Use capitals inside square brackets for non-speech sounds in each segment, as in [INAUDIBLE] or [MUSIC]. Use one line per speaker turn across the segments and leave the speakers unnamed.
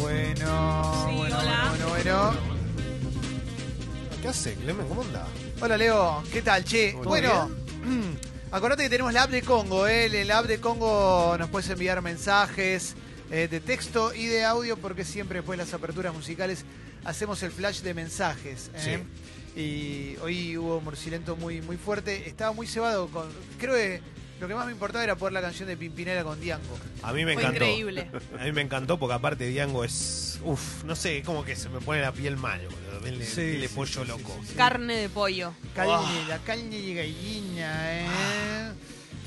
Bueno,
Sí,
bueno,
hola.
bueno, bueno, bueno.
¿Qué hace, Clemen? ¿Cómo anda?
Hola, Leo. ¿Qué tal, che?
¿Todo
Bueno, [CLEARS THROAT] acordate que tenemos la app de Congo, ¿eh? En la app de Congo nos puedes enviar mensajes eh, de texto y de audio porque siempre después de las aperturas musicales hacemos el flash de mensajes. ¿eh? Y hoy hubo un morcilento muy, muy fuerte. Estaba muy cebado con... Creo que lo que más me importaba era poner la canción de Pimpinela con Diango.
A mí me
Fue
encantó.
increíble.
A mí me encantó porque aparte Diango es... Uf, no sé, como que se me pone la piel mal, boludo. Ven, le-
Sí,
le
sí,
pollo
sí,
loco.
sí, sí.
Carne de pollo.
Calne, la caña y gallina, ¿eh?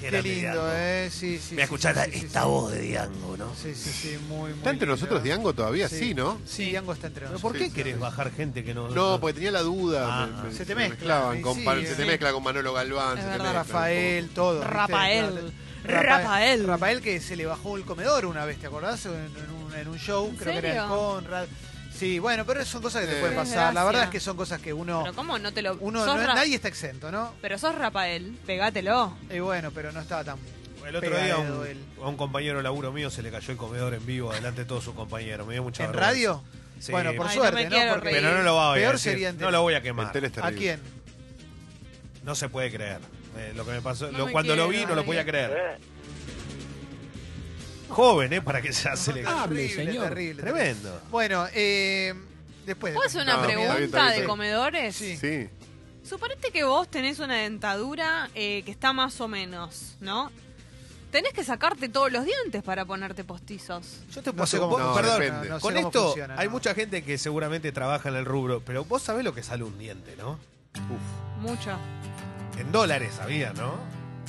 Qué,
grande
lindo,
Diango.
¿eh? Sí, sí.
Voy a
sí,
escuchar
sí, sí,
esta
sí.
voz de Diango, ¿no?
Sí, sí, sí, muy, muy
Está
lindo.
entre nosotros Diango todavía, sí, ¿no?
Sí, Diango está entre
¿Pero
nosotros.
por qué
Sí, sí,
querés
sí.
bajar gente que no...
No,
pues,
porque tenía la duda.
Ah.
me- me-
Se te
me
mezcla,
mezclaban
sí,
con
sí,
Pan- se
eh.
te mezcla con Manolo Galván.
Es
se
verdad.
te mezcla un
Rafael, todo. ¿viste?
Rafael.
Rafael.
Rafael.
Rafael que se le bajó el comedor una vez, ¿te acordás? En, en un, en un show,
¿En
creo que era el
serio?
Conrad. Sí, bueno, pero son cosas que te
Sí.
pueden pasar. La
Desgracia.
verdad es que son cosas que uno...
Pero ¿cómo no te lo...
uno
sos
no-
Ra-
nadie está exento, ¿no?
Pero sos Rafael, pegátelo.
Y bueno, pero no estaba tan...
El otro día a
Pegado
un,
él.
a un compañero de laburo mío se le cayó el comedor en vivo delante de todos sus compañeros. Me dio mucha
¿En
vergüenza.
radio?
Sí,
Bueno, por
Ay, no
suerte,
me
¿no?
quiero
Porque-
reír.
Pero no lo voy a
Peor
decir,
sería en
No
tele.
lo voy a
poco. El
quemar.
tele es
¿A
terrible.
quién?
No se puede creer. eh, lo que me pasó.
No
lo-
me
cuando lo vi
quiero,
no lo
no
podía
me
creer. Joven, ¿eh? Para
[LAUGHS]
que sea selección.
terrible, señor. terrible.
Tremendo.
Bueno, eh, después... de-
¿Puedo hacer
No,
una
está bien,
pregunta
está bien, está
de
bien.
comedores?
Sí.
Sí.
Suponete que vos tenés una dentadura eh, que está más o menos, ¿no? Tenés que sacarte todos los dientes para ponerte postizos.
Yo te
No sé
puedo-
cómo...
No,
perdón,
depende.
no sé
con
cómo
esto
funciona,
hay
no.
mucha gente que seguramente trabaja en el rubro, pero vos sabés lo que sale un diente, ¿no?
Uf.
Mucho.
En dólares sabía, ¿no?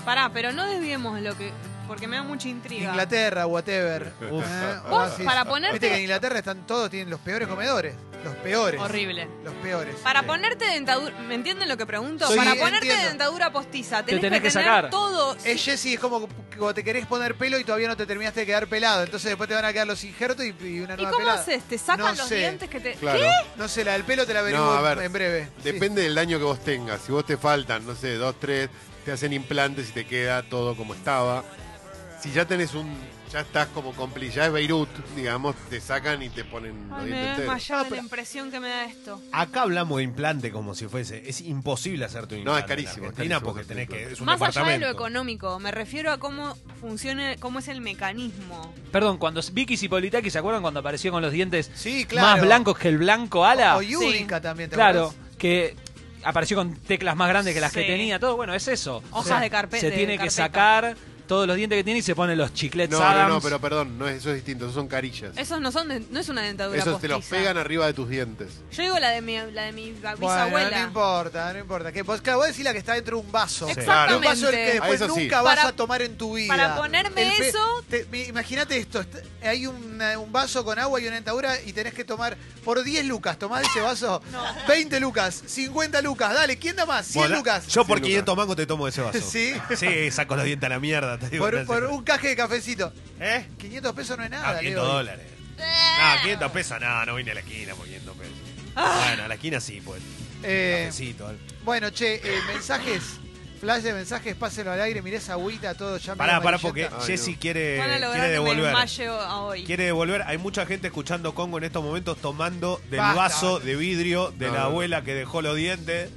Pará, pero no desviemos lo que... Porque me da mucha intriga.
Inglaterra, whatever. [LAUGHS]
Uf.
¿Eh? O
Vos,
así- Viste que
para
en
ponerte...
Inglaterra están todos, tienen los peores comedores. Los peores.
Horrible.
Los peores.
Para ponerte dentadura... ¿Me entienden lo que pregunto?
Sí,
para ponerte
entiendo.
dentadura postiza tenés,
tenés
que,
que
tener
sacar.
todo...
Es Jessy, es como que cuando te querés poner pelo y todavía no te terminaste de quedar pelado. Entonces después te van a quedar los injertos y, y una
¿Y
nueva
cómo
pelada.
haces? ¿Te sacan
No
los
sé.
dientes que te...?
Claro.
No sé, la del pelo te la averiguo
No, a ver.
en breve. Sí.
Depende del daño que vos tengas. Si vos te faltan, no sé, dos, tres, te hacen implantes y te queda todo como estaba. Si ya tenés un. Ya estás como compli, ya es Beirut, digamos, te sacan y te ponen los
Ay,
dientes
me he
enteros.
desmayado de la impresión que me da esto.
Acá hablamos de implante como si fuese. Es imposible hacerte un
No,
implante.
es carísimo,
En
es
Argentina
carísimo
porque
hacerte
tenés que.
implante.
Es un
Más allá de
departamento.
lo económico, me refiero a cómo funciona, cómo es el mecanismo.
Perdón, cuando Vicky Sipolitaki, ¿se acuerdan cuando apareció con los dientes
Sí, claro.
más blancos que el blanco ala?
O, o Yurika también, ¿te
claro,
acordás?
que apareció con teclas más grandes que las que
Sí.
tenía, todo. Bueno, es eso.
Hojas de carpe-
Se
de
tiene que
carpeta.
sacar todos los dientes que tiene y se pone los chiclets
No, no,
Adams.
no, pero perdón, no, es- eso es distinto, eso son carillas.
Esos no son de- no es una dentadura
Esos te los
postiza.
pegan arriba de tus dientes.
Yo digo la de mi, la de mi ba-
Bueno, no
bisabuela.
importa, no importa. Que vos, claro, vos decís la que está dentro de un vaso.
Exactamente.
Un vaso el que después
Ah, eso sí.
nunca vas
Para-
a tomar en tu vida.
para ponerme
El pe-
eso-
te- mi- Imagínate esto: est- hay una- un vaso con agua y una dentadura y tenés que tomar por 10 lucas. Tomás ese vaso, 20 lucas, 50 lucas. Dale, ¿quién da más? 100
Bueno,
lucas.
Yo por
Cien
500 mangos te tomo ese vaso.
[LAUGHS] ¿Sí?
Sí, saco los dientes a la mierda. Te digo,
Por,
gracias.
por un caje de cafecito.
¿Eh?
500 pesos no es nada,
A 500
Leo.
dólares.
Eh,
No, 500 pesos, no, no vine a la esquina por 500 pesos.
Ah.
Bueno, a la esquina sí, pues.
Eh,
Cafecito, algo.
bueno, che, eh, mensajes. Flash de mensajes, pásenlo al aire, mirá esa agüita, todo ya medio
Pará, pará, porque
amarillenta.
Ay,
Jessy
no.
quiere,
Van a lograr
quiere
que me
devolver.
desmaye a hoy.
Quiere devolver. Hay mucha gente escuchando Congo en estos momentos tomando del
Basta.
vaso de vidrio de
No,
la
no.
abuela que dejó los dientes.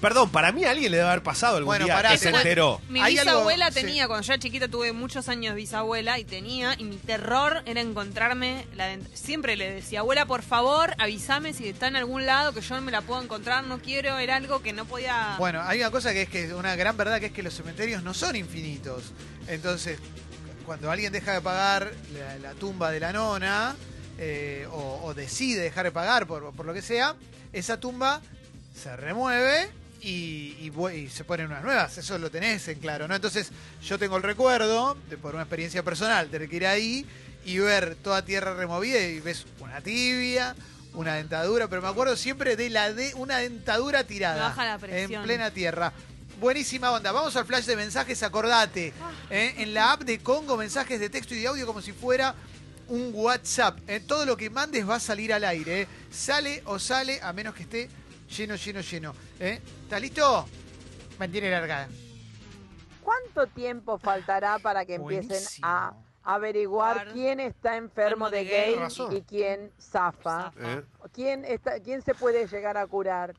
Perdón, para mí a alguien le debe haber pasado algún
Bueno,
día
pará,
que se
te-
enteró.
Mi
Hay algo-
bisabuela
sí.
tenía, cuando yo era chiquita tuve muchos años bisabuela y tenía, y mi terror era encontrarme, la dent- siempre le decía, abuela, por favor, avísame si está en algún lado que yo me la puedo encontrar, no quiero, era algo que no podía...
Bueno, hay una cosa que es que una gran verdad que es que los cementerios no son infinitos. Entonces, cuando alguien deja de pagar la, la tumba de la nona eh, o, o decide dejar de pagar por, por lo que sea, esa tumba se remueve y, y vu- y se ponen unas nuevas. Eso lo tenés en claro, ¿no? Entonces, yo tengo el recuerdo, de, por una experiencia personal, tener que ir ahí y ver toda tierra removida y ves una tibia. Una dentadura, pero me acuerdo siempre de la de una dentadura tirada.
baja la presión.
En plena tierra. Buenísima onda. Vamos al flash de mensajes, acordate.
Ah.
¿eh? En la app de Congo, mensajes de texto y de audio como si fuera un WhatsApp. ¿eh? Todo lo que mandes va a salir al aire. ¿eh? Sale o sale, a menos que esté lleno, lleno, lleno. ¿eh? ¿Está listo? Mantiene largada.
¿Cuánto tiempo faltará para que empiecen
Buenísimo.
a averiguar
Claro.
quién está enfermo
Enfermo de
de
gay.
gay
Tiene
razón.
y quién
Zafa.
zafa.
Ah,
¿Eh?
¿Quién, está, ¿Quién se puede llegar a curar?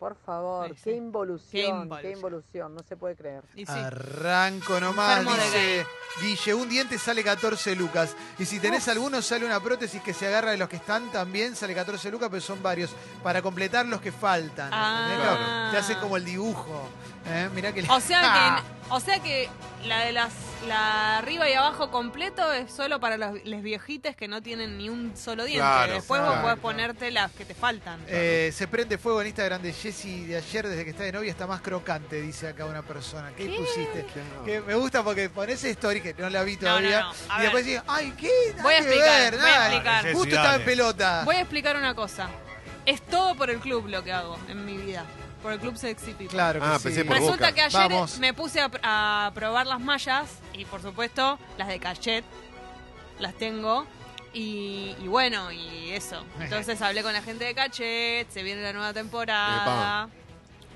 Por favor,
Ahí sí.
qué
Qué
involución,
involución.
qué involución, no se puede creer.
Y sí.
Arranco nomás,
Enfermo de
dice Guille. Un diente sale 14 lucas. Y si tenés alguno, sale una prótesis que se agarra de los que están también, sale 14 lucas, pero son varios. Para completar los que faltan.
Ah.
¿entendés? Claro, Te hacen como el dibujo. ¿eh? Mirá que le-
O sea
[LAUGHS] Ah.
que, o sea que la de las la arriba y abajo completo es solo para los, les viejites que no tienen ni un solo diente.
Claro,
Después vos
claro,
podés
claro.
ponerte las que te faltan.
Eh, se prende fuego en Instagram de Jessy de ayer, desde que está de novia está más crocante, dice acá una persona. ¿Qué, pusiste? Que me gusta porque pones story que no la vi
No, no,
todavía.
no. A
Y después
ver.
decís, ay, ¿qué? Nada
Voy a
que
explicar,
ver,
voy a
nada.
explicar.
Justo estaba en
Necesidades.
pelota.
Voy a explicar una cosa. Es todo por el club lo que hago en mi vida. Por el club Sexy People.
Claro que
Ah,
sí.
pensé por
Resulta
Boca.
que ayer
Vamos.
me puse a, pr- a probar las mallas y por supuesto las de cachet las tengo y, y bueno y eso. Entonces hablé con la gente de cachet, se viene la nueva temporada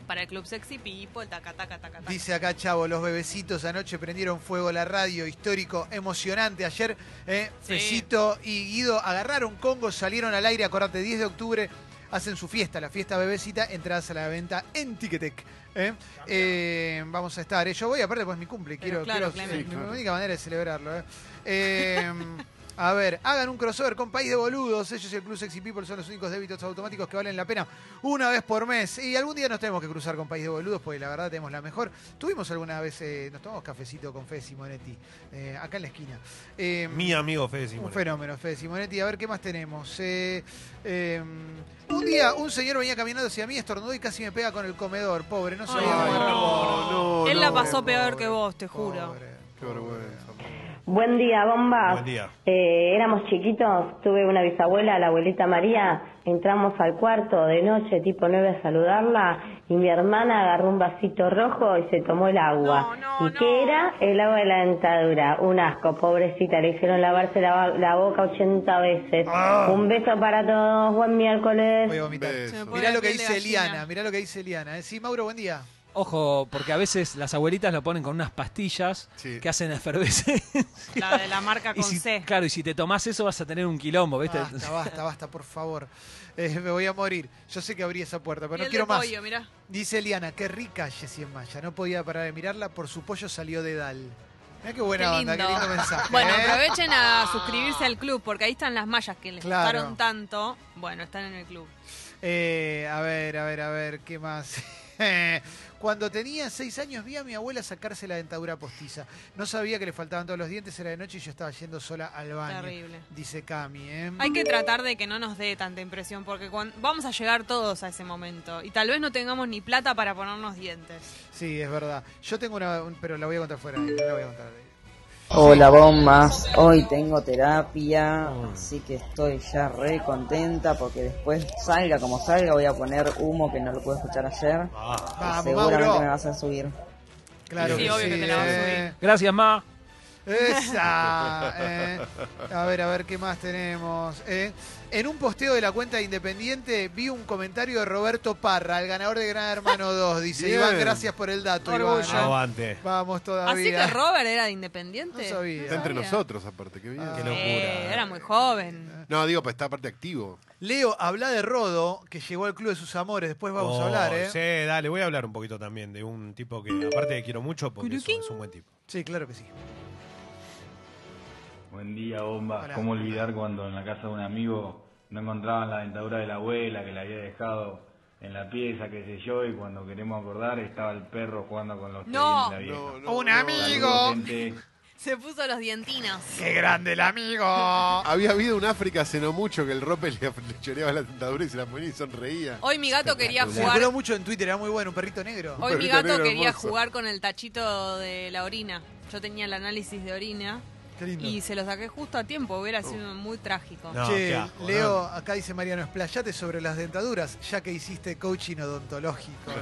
para el club Sexy People, taca taca taca. taca.
Dice acá Chavo, los bebecitos anoche prendieron fuego la radio, histórico, emocionante. Ayer eh,
Sí.
Fecito y Guido agarraron Congo, salieron al aire, acordate, 10 de octubre hacen su fiesta, la fiesta bebecita, entradas a la venta en Ticketek. ¿eh? Eh, vamos a estar, eh, yo voy, aparte pues mi cumple,
Pero
quiero,
claro,
quiero-
Clemen.
sí, mi única manera es celebrarlo. ¿eh? Eh, a ver, hagan un crossover con País de Boludos, ellos y el Club Sexy People son los únicos débitos automáticos que valen la pena una vez por mes. Y algún día nos tenemos que cruzar con País de Boludos, porque la verdad tenemos la mejor. Tuvimos alguna vez, eh, nos tomamos cafecito con Fede Simonetti, eh, acá en la esquina. Eh,
Mi amigo Fede Simón.
un fenómeno, Fede Simonetti. A ver, ¿qué más tenemos? Eh, eh, un día un señor venía caminando hacia mí, estornudó y casi me pega con el comedor. Pobre, no sabía
Ay,
cómo era.
no,
no,
Él
no.
la pasó peor que vos, te juro.
Pobre,
Qué
pobre.
vergüenza.
Buen día, bomba.
Buen día.
Eh, éramos chiquitos, tuve una bisabuela, la abuelita María, entramos al cuarto de noche, tipo 9 a saludarla, y mi hermana agarró un vasito rojo y se tomó el agua.
No, no,
¿Y
no.
qué era? El agua de la dentadura. Un asco, pobrecita, le hicieron lavarse la, la boca 80 veces.
Ah.
Un beso para todos, buen miércoles.
Voy a vomitar.
Beso.
Se me pone
Mirá
la
lo que
piel de
dice
gallina.
Eliana, mirá lo que dice Eliana. Eh, Sí, Mauro, buen día.
Ojo, porque a veces las abuelitas lo ponen con unas pastillas
Sí.
que hacen efervescencia.
La de la marca
[LAUGHS] Y
con
si-
C.
claro, y si te tomás eso vas a tener un quilombo, ¿viste?
Basta, basta, basta, por favor. Eh, me voy a morir. Yo sé que abrí esa puerta, pero
Piel
no
de
quiero más.
pollo, mirá.
Dice Eliana, qué rica Jessie en Maya. No podía parar de mirarla, por su pollo salió de Dal. Mirá qué buena
Qué
onda, qué
lindo.
lindo mensaje.
[LAUGHS] Bueno,
eh.
aprovechen a suscribirse al club porque ahí están las mallas que les
Claro.
gustaron tanto. Bueno, están en el club.
Eh, a ver, a ver, a ver, ¿qué más? [LAUGHS] Eh, Cuando tenía seis años vi a mi abuela sacarse la dentadura postiza. No sabía que le faltaban todos los dientes, era de noche y yo estaba yendo sola al baño.
Terrible.
Dice Cami, ¿eh?
Hay que tratar de que no nos dé tanta impresión, porque cuan- vamos a llegar todos a ese momento. Y tal vez no tengamos ni plata para ponernos dientes.
Sí, es verdad. Yo tengo una, un- pero la voy a contar fuera, de aire, no la voy a contar. al aire.
Hola bombas, hoy tengo terapia, así que estoy ya re contenta porque después salga como salga voy a poner humo que no lo pude escuchar ayer.
Ah,
Vamos,
Seguramente me
Mauro.
vas a subir.
Claro
Sí,
que
obvio que
sí,
te la vas a
eh.
Gracias, Ma.
Esa. eh. A ver, a ver qué más tenemos. eh. En un posteo de la cuenta de Independiente vi un comentario de Roberto Parra, el ganador de Gran
[LAUGHS]
Hermano 2. Dice,
Bien.
Iván, gracias por el dato. Iván.
Orgullo.
Ah,
aguante.
Vamos
Así
todavía.
que Robert era de Independiente.
No sabía.
Está entre
sabía.
nosotros, aparte, qué bien.
Ah.
Qué
Eh,
locura.
era muy joven.
No, digo, pues está aparte activo.
Leo, habla de Rodo, que llegó al Club de sus Amores. Después vamos a
Oh,
hablar, ¿eh? Sí.
Sí, dale, voy a hablar un poquito también de un tipo que aparte que quiero mucho porque es un, es un buen tipo.
claro que sí.
Buen día, bombas.
Hola.
¿Cómo olvidar cuando en la casa de un amigo no encontraban la dentadura de la abuela que la había dejado en la pieza, qué sé yo, y cuando queremos acordar estaba el perro jugando con los
No.
pelines de la vieja?
No, no,
Un
no.
amigo.
Saludos, gente.
Se puso los dientinos.
¡Qué grande el
[LAUGHS]
amigo!
Había habido un África hace no mucho que el rope le, le choreaba la dentadura y se la ponía y sonreía.
Hoy mi gato quería jugar.
Circuló mucho en Twitter, era muy bueno, un perrito negro.
Hoy mi
perrito
gato
negro
quería
hermoso.
jugar con el tachito de la orina. Yo tenía el análisis de orina
Qué lindo.
y se lo saqué justo a tiempo. Hubiera sido muy trágico.
No,
Che,
qué asco,
Leo, acá dice Mariano, explayate sobre las dentaduras, ya que hiciste coaching odontológico.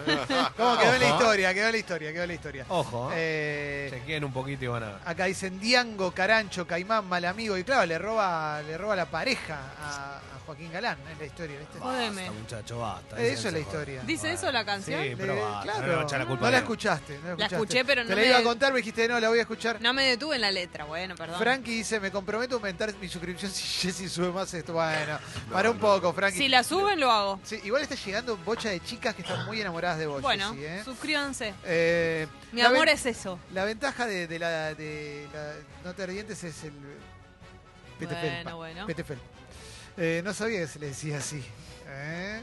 ¿Cómo quedó en la historia? Quedó en la historia, quedó en la historia.
¿eh? Ojo, ¿eh?
Eh,
Chequeen un poquito y van a.
acá dicen Diango, Carancho, Caimán, mal amigo. Y claro, le roba, le roba la pareja a, a Juan Joaquín Galán en la historia, ¿viste?
Jodeme.
muchacho, basta.
Eh, Eso es la historia.
¿Dice eso la canción?
Sí,
Le-
pero basta.
Eh, claro,
no le va a echar la culpa
no la
a él.
escuchaste. No la, escuchaste.
escuché, pero
Te
no
la
me-
iba a contar, me dijiste, no, la voy a escuchar.
No me detuve en la letra, bueno, perdón.
Frankie dice, me comprometo a aumentar mi suscripción si Jessy sube más esto. Bueno, para un poco, Frankie.
si la suben, lo hago.
Sí, igual está llegando bocha de chicas que están muy enamoradas de vos,
Bueno,
Jessy, ¿eh?
suscríbanse.
Eh,
Mi
la
amor
ven-
es eso.
La ventaja de, de la, de la no te ardientes es el... Petefel,
Bueno,
pa,
bueno.
Petefel. Eh, no sabía que se le decía así. ¿eh?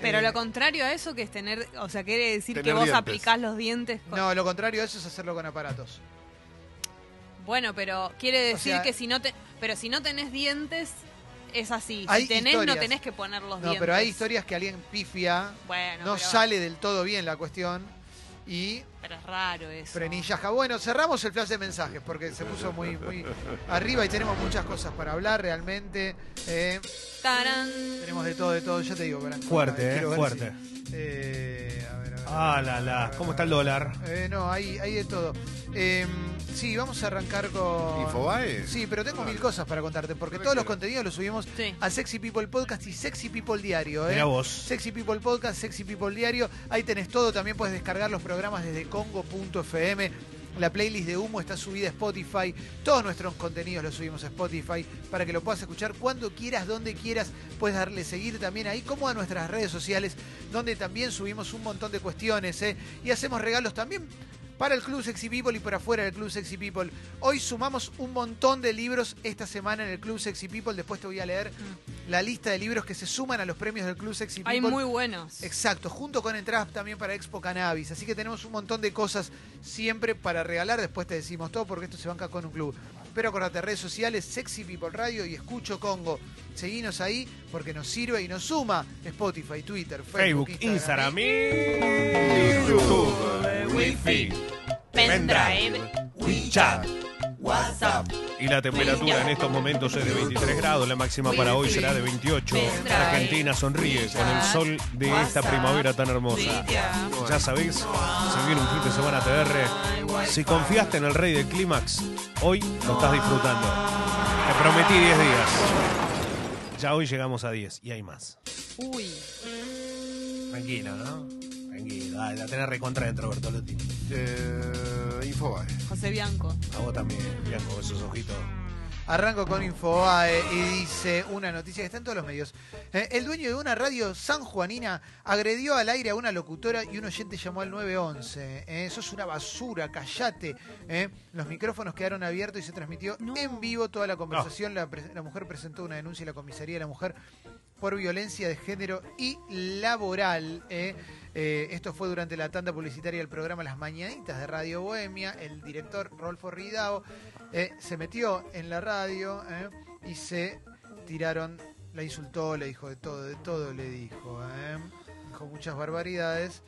Pero
Eh,
lo contrario a eso que es tener, o sea, quiere decir que
Tener
vos
dientes.
aplicás los dientes. con-
No, lo contrario a eso es hacerlo con aparatos.
Bueno, pero quiere
O
decir
sea-
que si no te, pero si no tenés dientes es así.
Hay
Si tenés
historias.
no tenés que poner los
No,
dientes.
pero hay historias que alguien pifia,
Bueno,
no
pero,
sale del todo bien la cuestión y
pero es raro eso.
Prenillaja. Bueno, cerramos el flash de mensajes porque se puso muy, muy arriba y tenemos muchas cosas para hablar realmente. Eh,
Tarán.
tenemos de todo, de todo. Ya te digo, pará.
Fuerte,
Quiero
eh,
ver
fuerte.
si- eh, a ver, a ver.
Ah, la, la. ¿Cómo está el dólar?
Eh, no, hay, hay de todo. Eh, sí, vamos a arrancar con.
¿Infobae?
Sí, pero tengo mil cosas para contarte porque
Creo
todos
que
los
no.
contenidos los subimos
Sí.
a Sexy People Podcast y Sexy People Diario. ¿eh?
Mira vos.
Sexy People Podcast, Sexy People Diario. Ahí tenés todo. También puedes descargar los programas desde congo.fm. La playlist de humo está subida a Spotify. Todos nuestros contenidos los subimos a Spotify para que lo puedas escuchar cuando quieras, donde quieras. Puedes darle seguir también ahí, como a nuestras redes sociales, donde también subimos un montón de cuestiones ¿eh? y hacemos regalos también. Para el Club Sexy People y por afuera del Club Sexy People. Hoy sumamos un montón de libros esta semana en el Club Sexy People. Después te voy a leer la lista de libros que se suman a los premios del Club Sexy People.
Mm. Hay muy buenos.
Exacto, junto con entradas también para Expo Cannabis. Así que tenemos un montón de cosas siempre para regalar. Después te decimos todo porque esto se banca con un club. Pero acordate, redes sociales, Sexy People Radio y Escucho Congo. Seguinos ahí porque nos sirve y nos suma Spotify, Twitter, Facebook,
Facebook, Instagram y
YouTube,
Wi-Fi,
Pendrive.
WeChat, WhatsApp. Y la temperatura en estos momentos es de 23 grados, la máxima para hoy será de 28. Argentina sonríe con el sol de esta primavera tan hermosa. Ya sabéis, se viene un fin de semana TR. Si confiaste en el rey del clímax, hoy lo estás disfrutando. Te prometí 10 días. Ya hoy llegamos a 10 y hay más.
Uy.
Tranquilo, ¿no? Tranquilo. Dale, la tenés recontra dentro, Bertolotti.
Eh, Infobae.
José Bianco.
A vos también, mirá con esos ojitos.
Arranco con Infobae y dice una noticia que está en todos los medios. Eh, el dueño de una radio sanjuanina agredió al aire a una locutora y un oyente llamó al 911. Eh, eso es una basura, callate. eh. Los micrófonos quedaron abiertos y se transmitió en vivo toda la conversación. La, pre- la mujer presentó una denuncia a la comisaría de la mujer por violencia de género y laboral. eh. Eh, esto fue durante la tanda publicitaria del programa Las Mañanitas de Radio Bohemia. El director Rolfo Ridao eh, se metió en la radio eh, y se tiraron, la insultó, le dijo de todo, de todo le dijo, eh. dijo muchas barbaridades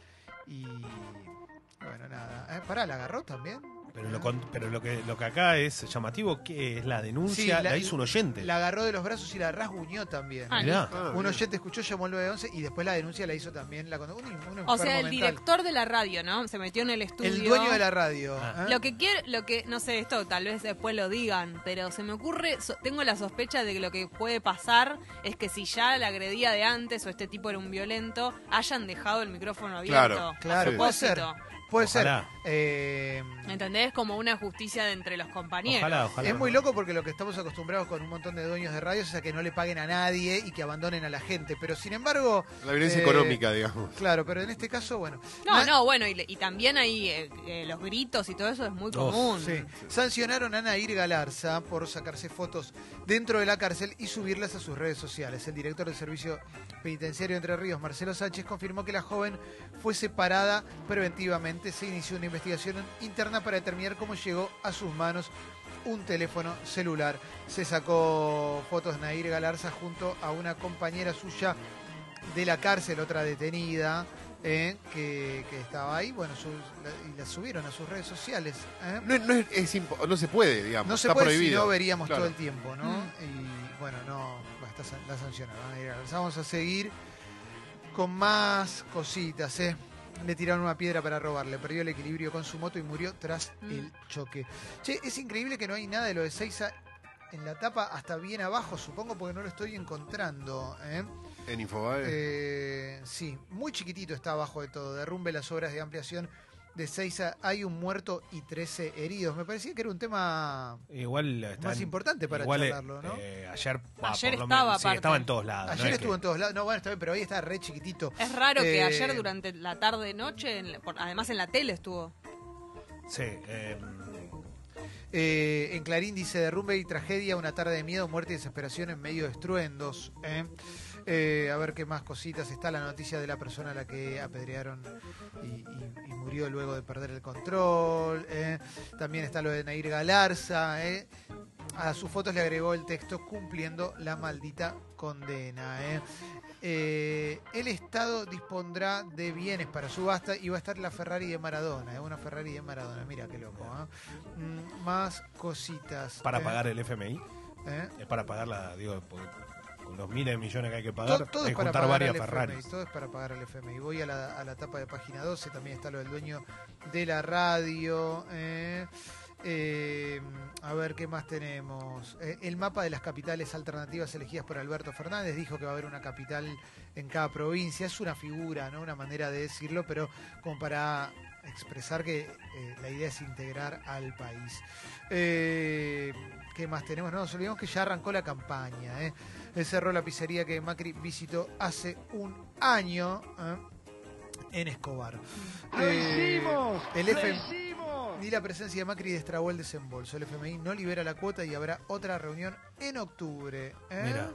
y bueno, nada, eh, pará, la agarró también.
Pero, lo, con- pero lo, que, lo que acá es llamativo, que es la denuncia,
Sí, la-
la, hizo un oyente.
La agarró de los brazos y la rasguñó también.
Ah,
Mirá.
Ah,
Un
bien.
oyente escuchó, llamó al 911 y después la denuncia la hizo también. La, con- un, un enfermo
O sea, el
mental.
director de la radio, ¿no? Se metió en el estudio.
El dueño de la radio.
Ah.
¿eh?
Lo que quiero, lo que, no sé, esto tal vez después lo digan, pero se me ocurre, so- tengo la sospecha de que lo que puede pasar es que si ya la agredía de antes o este tipo era un violento, hayan dejado el micrófono abierto.
Claro,
a
claro, puede ser.
propósito.
Puede
Ojalá.
ser. Eh,
¿Entendés? Como una justicia de entre los compañeros.
Ojalá, ojalá.
es muy loco porque lo que estamos acostumbrados con un montón de dueños de radios es a que no le paguen a nadie y que abandonen a la gente. Pero sin embargo.
La violencia
eh,
económica, digamos.
Claro, pero en este caso, bueno.
No,
Na-
no, bueno, y, le- y también ahí eh, eh, los gritos y todo eso es muy común.
Sí. Sancionaron a Nair Galarza por sacarse fotos dentro de la cárcel y subirlas a sus redes sociales. El director del Servicio Penitenciario de Entre Ríos, Marcelo Sánchez, confirmó que la joven fue separada preventivamente. Se inició una investigación interna para determinar cómo llegó a sus manos un teléfono celular. Se sacó fotos Nair Galarza junto a una compañera suya de la cárcel, otra detenida. eh, que, que estaba ahí, bueno, su- la- y la subieron a sus redes sociales. ¿eh?
No, no, es, es impo- no se puede, digamos.
No se
está
puede si
prohibido.
no veríamos
Claro.
todo el tiempo, ¿no?
Mm.
Y bueno, no, va, está san- la sancionaron. Ahí la- Vamos a seguir con más cositas, ¿eh? Le tiraron una piedra para robarle, perdió el equilibrio con su moto y murió tras
Mm.
el choque. Che, es increíble que no hay nada de lo de Seiza en la tapa hasta bien abajo, supongo, porque no lo estoy encontrando. ¿eh?
En Infobae.
Eh, sí, muy chiquitito está abajo de todo. Derrumbe las obras de ampliación de Seiza. Hay un muerto y 13 heridos. Me parecía que era un tema
Igual están-
más importante para
igual, eh,
charlarlo, ¿no?
eh, ayer va,
Ayer
por lo
estaba,
menos, sí,
aparte.
estaba en todos lados.
Ayer
Ah, no es
estuvo
que-
en todos lados. No, bueno, está bien, pero hoy está re chiquitito.
Es raro que
Eh,
ayer durante la tarde-noche, en la- por- además en la tele estuvo.
Sí, eh,
Eh, en Clarín dice derrumbe y tragedia, una tarde de miedo, muerte y desesperación en medio de estruendos. ¿eh? Eh, a ver qué más cositas. Está la noticia de la persona a la que apedrearon y, y- y murió luego de perder el control. ¿eh? También está lo de Nair Galarza. ¿eh? A sus fotos le agregó el texto cumpliendo la maldita condena. ¿eh? Eh, el Estado dispondrá de bienes para subasta y va a estar la Ferrari de Maradona. ¿eh? Una Ferrari de Maradona, mira qué loco. ¿ah? Mm, más cositas.
para
¿eh?
pagar el FMI,
¿eh?
es para pagar la, digo, porque con los miles de millones que hay que
Todo,
pagar,
todo
hay
es
que
para pagar
juntar
al
varias
FMI,
Ferraris.
todo es para pagar al FMI. Voy a la, a la tapa de página 12, también está lo del dueño de la radio. ¿eh? Eh, a ver qué más tenemos. Eh, el mapa de las capitales alternativas elegidas por Alberto Fernández dijo que va a haber una capital en cada provincia. Es una figura, ¿no? Una manera de decirlo, pero como para expresar que eh, la idea es integrar al país. Eh, ¿Qué más tenemos? No nos olvidemos que ya arrancó la campaña. ¿eh? Él cerró la pizzería que Macri visitó hace un año ¿eh? en Escobar. Eh, el FM Ni la presencia de Macri destrabó el desembolso. El FMI no libera la cuota y habrá otra reunión en octubre. ¿eh?
Mira.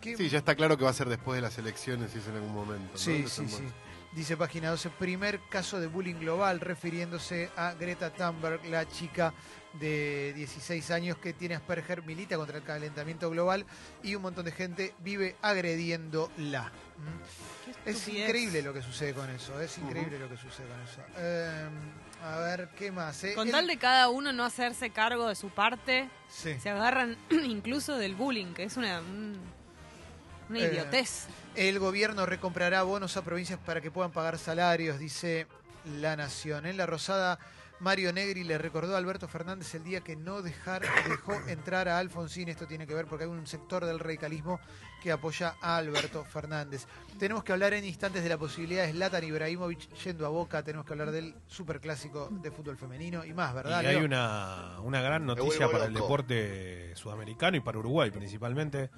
¿Qué
Sí, ya está claro que va a ser después de las elecciones, si es en algún momento. Pues, ¿no?
Sí,
No
sí,
somos-
sí. Dice página 12, primer caso de bullying global, refiriéndose a Greta Thunberg, la chica de 16 años que tiene Asperger, milita contra el calentamiento global y un montón de gente vive agrediéndola. ¿Mm?
Qué
Es
estupidez.
increíble lo que sucede con eso, es increíble lo que sucede con eso. Eh, a ver, ¿qué más? eh?
Con
El-
tal de cada uno no hacerse cargo de su parte,
Sí.
se agarran [CLEARS THROAT] incluso del bullying, que es una, un- una
Eh,
idiotez.
El gobierno recomprará bonos a provincias para que puedan pagar salarios, dice La Nación. En La Rosada, Mario Negri le recordó a Alberto Fernández el día que no dejar, dejó entrar a Alfonsín. Esto tiene que ver porque hay un sector del radicalismo que apoya a Alberto Fernández. Tenemos que hablar en instantes de la posibilidad de Zlatan Ibrahimovic yendo a Boca. Tenemos que hablar del superclásico de fútbol femenino y más, ¿verdad?
Y hay
Leo?
una, una gran noticia
vuelvo
para el
loco.
deporte sudamericano y para Uruguay principalmente,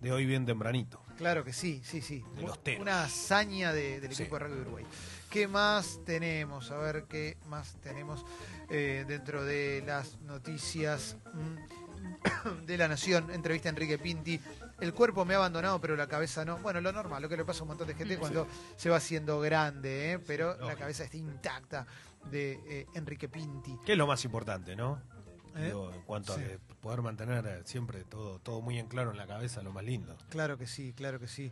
de hoy bien tempranito.
Claro que sí, sí, sí.
De los teros.
Una hazaña de- del
Sí.
equipo de rugby de Uruguay. ¿Qué más tenemos? A ver qué más tenemos eh, dentro de las noticias mm, [COUGHS] de la Nación. Entrevista a Enrique Pinti. El cuerpo me ha abandonado, pero la cabeza no. Bueno, lo normal, lo que le pasa a un montón de gente cuando se va haciendo grande, ¿eh? pero la
lógico.
cabeza está intacta de eh, Enrique Pinti.
Que es lo más importante, ¿no?
¿Eh?
Digo, en cuanto
Sí.
a que poder mantener eh, siempre todo, todo muy en claro en la cabeza, lo más lindo.
Claro que sí, claro que sí.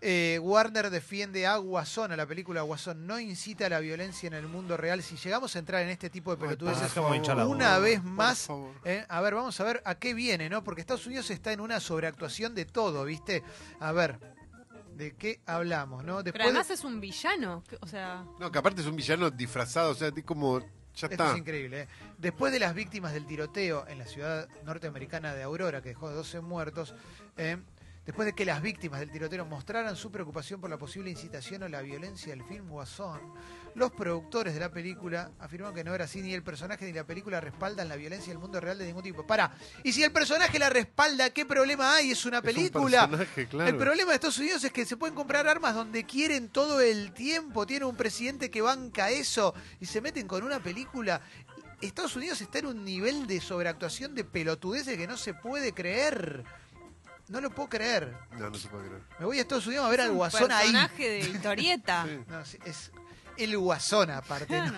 Eh, Warner defiende a Guasón, a la película Guasón. No incita a la violencia en el mundo real. Si llegamos a entrar en este tipo de
Ay,
pelotudeces
por favor, hinchar la
una
bola,
vez
por
más,
favor.
eh, a ver, vamos a ver a qué viene, ¿no? Porque Estados Unidos está en una sobreactuación de todo, ¿viste? A ver, ¿de qué hablamos, no?
Pero
Después,
además es un villano, que- o sea,
No, que aparte es un villano disfrazado, o sea, es como. Ya
Esto
está.
es increíble. ¿eh? Después de las víctimas del tiroteo en la ciudad norteamericana de Aurora, que dejó 12 muertos, ¿eh? después de que las víctimas del tiroteo mostraran su preocupación por la posible incitación a la violencia del film Guasón, los productores de la película afirmaron que no era así, ni el personaje ni la película respaldan la violencia del mundo real de ningún tipo. Para, y si el personaje la respalda, ¿qué problema hay? Es una
Es un
película.
personaje, claro.
El problema de Estados Unidos es que se pueden comprar armas donde quieren todo el tiempo. Tiene un presidente que banca eso y se meten con una película. Estados Unidos está en un nivel de sobreactuación de pelotudeces que no se puede creer. No lo puedo creer.
No, no se puede creer.
Me voy a Estados Unidos a ver
es
al
un
guasón ahí. [LAUGHS]
personaje de historieta.
Sí.
No, sí, es el guasón aparte. No,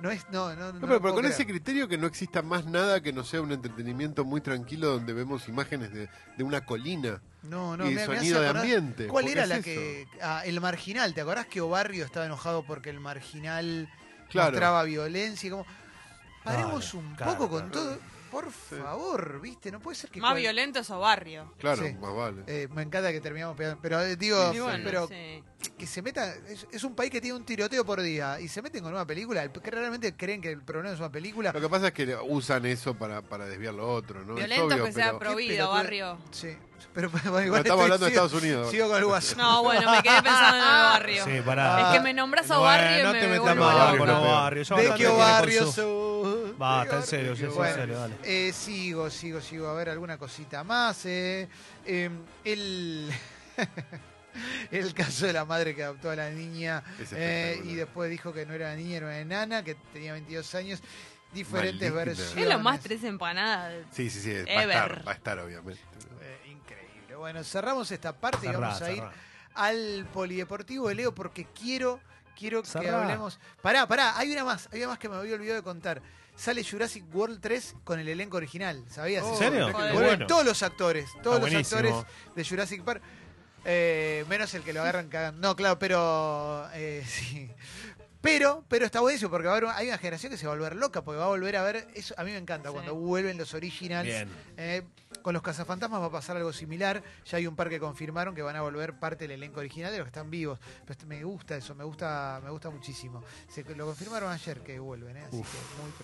No es, no, no, no. lo
No, pero, pero
puedo
con
creer.
ese criterio que no exista más nada que no sea un entretenimiento muy tranquilo donde vemos imágenes de, de una colina.
No, no,
y
me- me
sonido
hace
de
acordar-
ambiente,
¿Cuál
porque
era
es
la
eso.
que.? ah, el marginal, ¿te acordás que Obarrio estaba enojado porque el marginal
Claro.
mostraba violencia? y Como, paremos
Claro,
un
claro,
poco con
claro.
todo. Por favor, viste, no puede ser que.
Más
cual-
violento es o barrio.
Claro,
Sí.
más vale.
Eh, me encanta que terminamos pegando. Pero eh, digo,
Y bueno,
pero
sí.
que se meta. Es, es un país que tiene un tiroteo por día y se meten con una película. el- Que realmente creen que el problema es una película.
Lo que pasa es que usan eso para, para desviar lo otro, ¿no?
Violento
es obvio,
que sea
pero...
prohibido,
pelotude-
barrio.
Sí, pero [LAUGHS] bueno, igual
estamos
estoy-
hablando de
sigo-
Estados Unidos.
Sigo con el guasón.
No, bueno, me quedé
[LAUGHS]
pensando en el barrio.
Sí, pará.
Es
Ah.
que me nombras a
Bueno,
barrio y
no
me
te metas
vuelvo
más
loca.
con los
Peor.
barrios. ya
¿De
bastante
qué
tiene
barrio
con su-
sos?
Basta, en serio, sí, sí,
Bueno,
en serio, dale.
eh, sigo, sigo, sigo. A ver, alguna cosita más. eh. Eh, el... [LAUGHS] el caso de la madre que adoptó a la niña
Es
eh,
espectacular.
y después dijo que no era niña, era una enana, que tenía 22 años. Diferentes
Maligna.
versiones.
Es lo más tres empanadas.
Sí, sí, sí, va a
Ever.
estar, va a estar, obviamente.
Eh, increíble. Bueno, cerramos esta parte y
Cerrá,
vamos a ir
cerrá.
al Polideportivo de Leo porque quiero, quiero que
Cerrá.
hablemos. Pará, pará, hay una más, hay una más que me había olvidado de contar. Sale Jurassic World 3 con el elenco original, ¿sabías?
Oh, ¿En
eso?
serio?
Joder.
Vuelven
Bueno.
todos los actores, todos los
buenísimo.
actores de Jurassic Park. eh, menos el que lo agarran cagando. No, claro, pero eh, [LAUGHS] sí. Pero, pero está buenísimo porque va a haber- hay una generación que se va a volver loca porque va a volver a ver. Eso, a mí me encanta
Sí.
cuando vuelven los originals.
Bien.
Eh, con los cazafantasmas va a pasar algo similar. Ya hay un par que confirmaron que van a volver parte del elenco original de los que están vivos. Pero este- me gusta eso, me gusta, me gusta muchísimo. Se, lo confirmaron ayer que vuelven, ¿eh? así que muy pronto.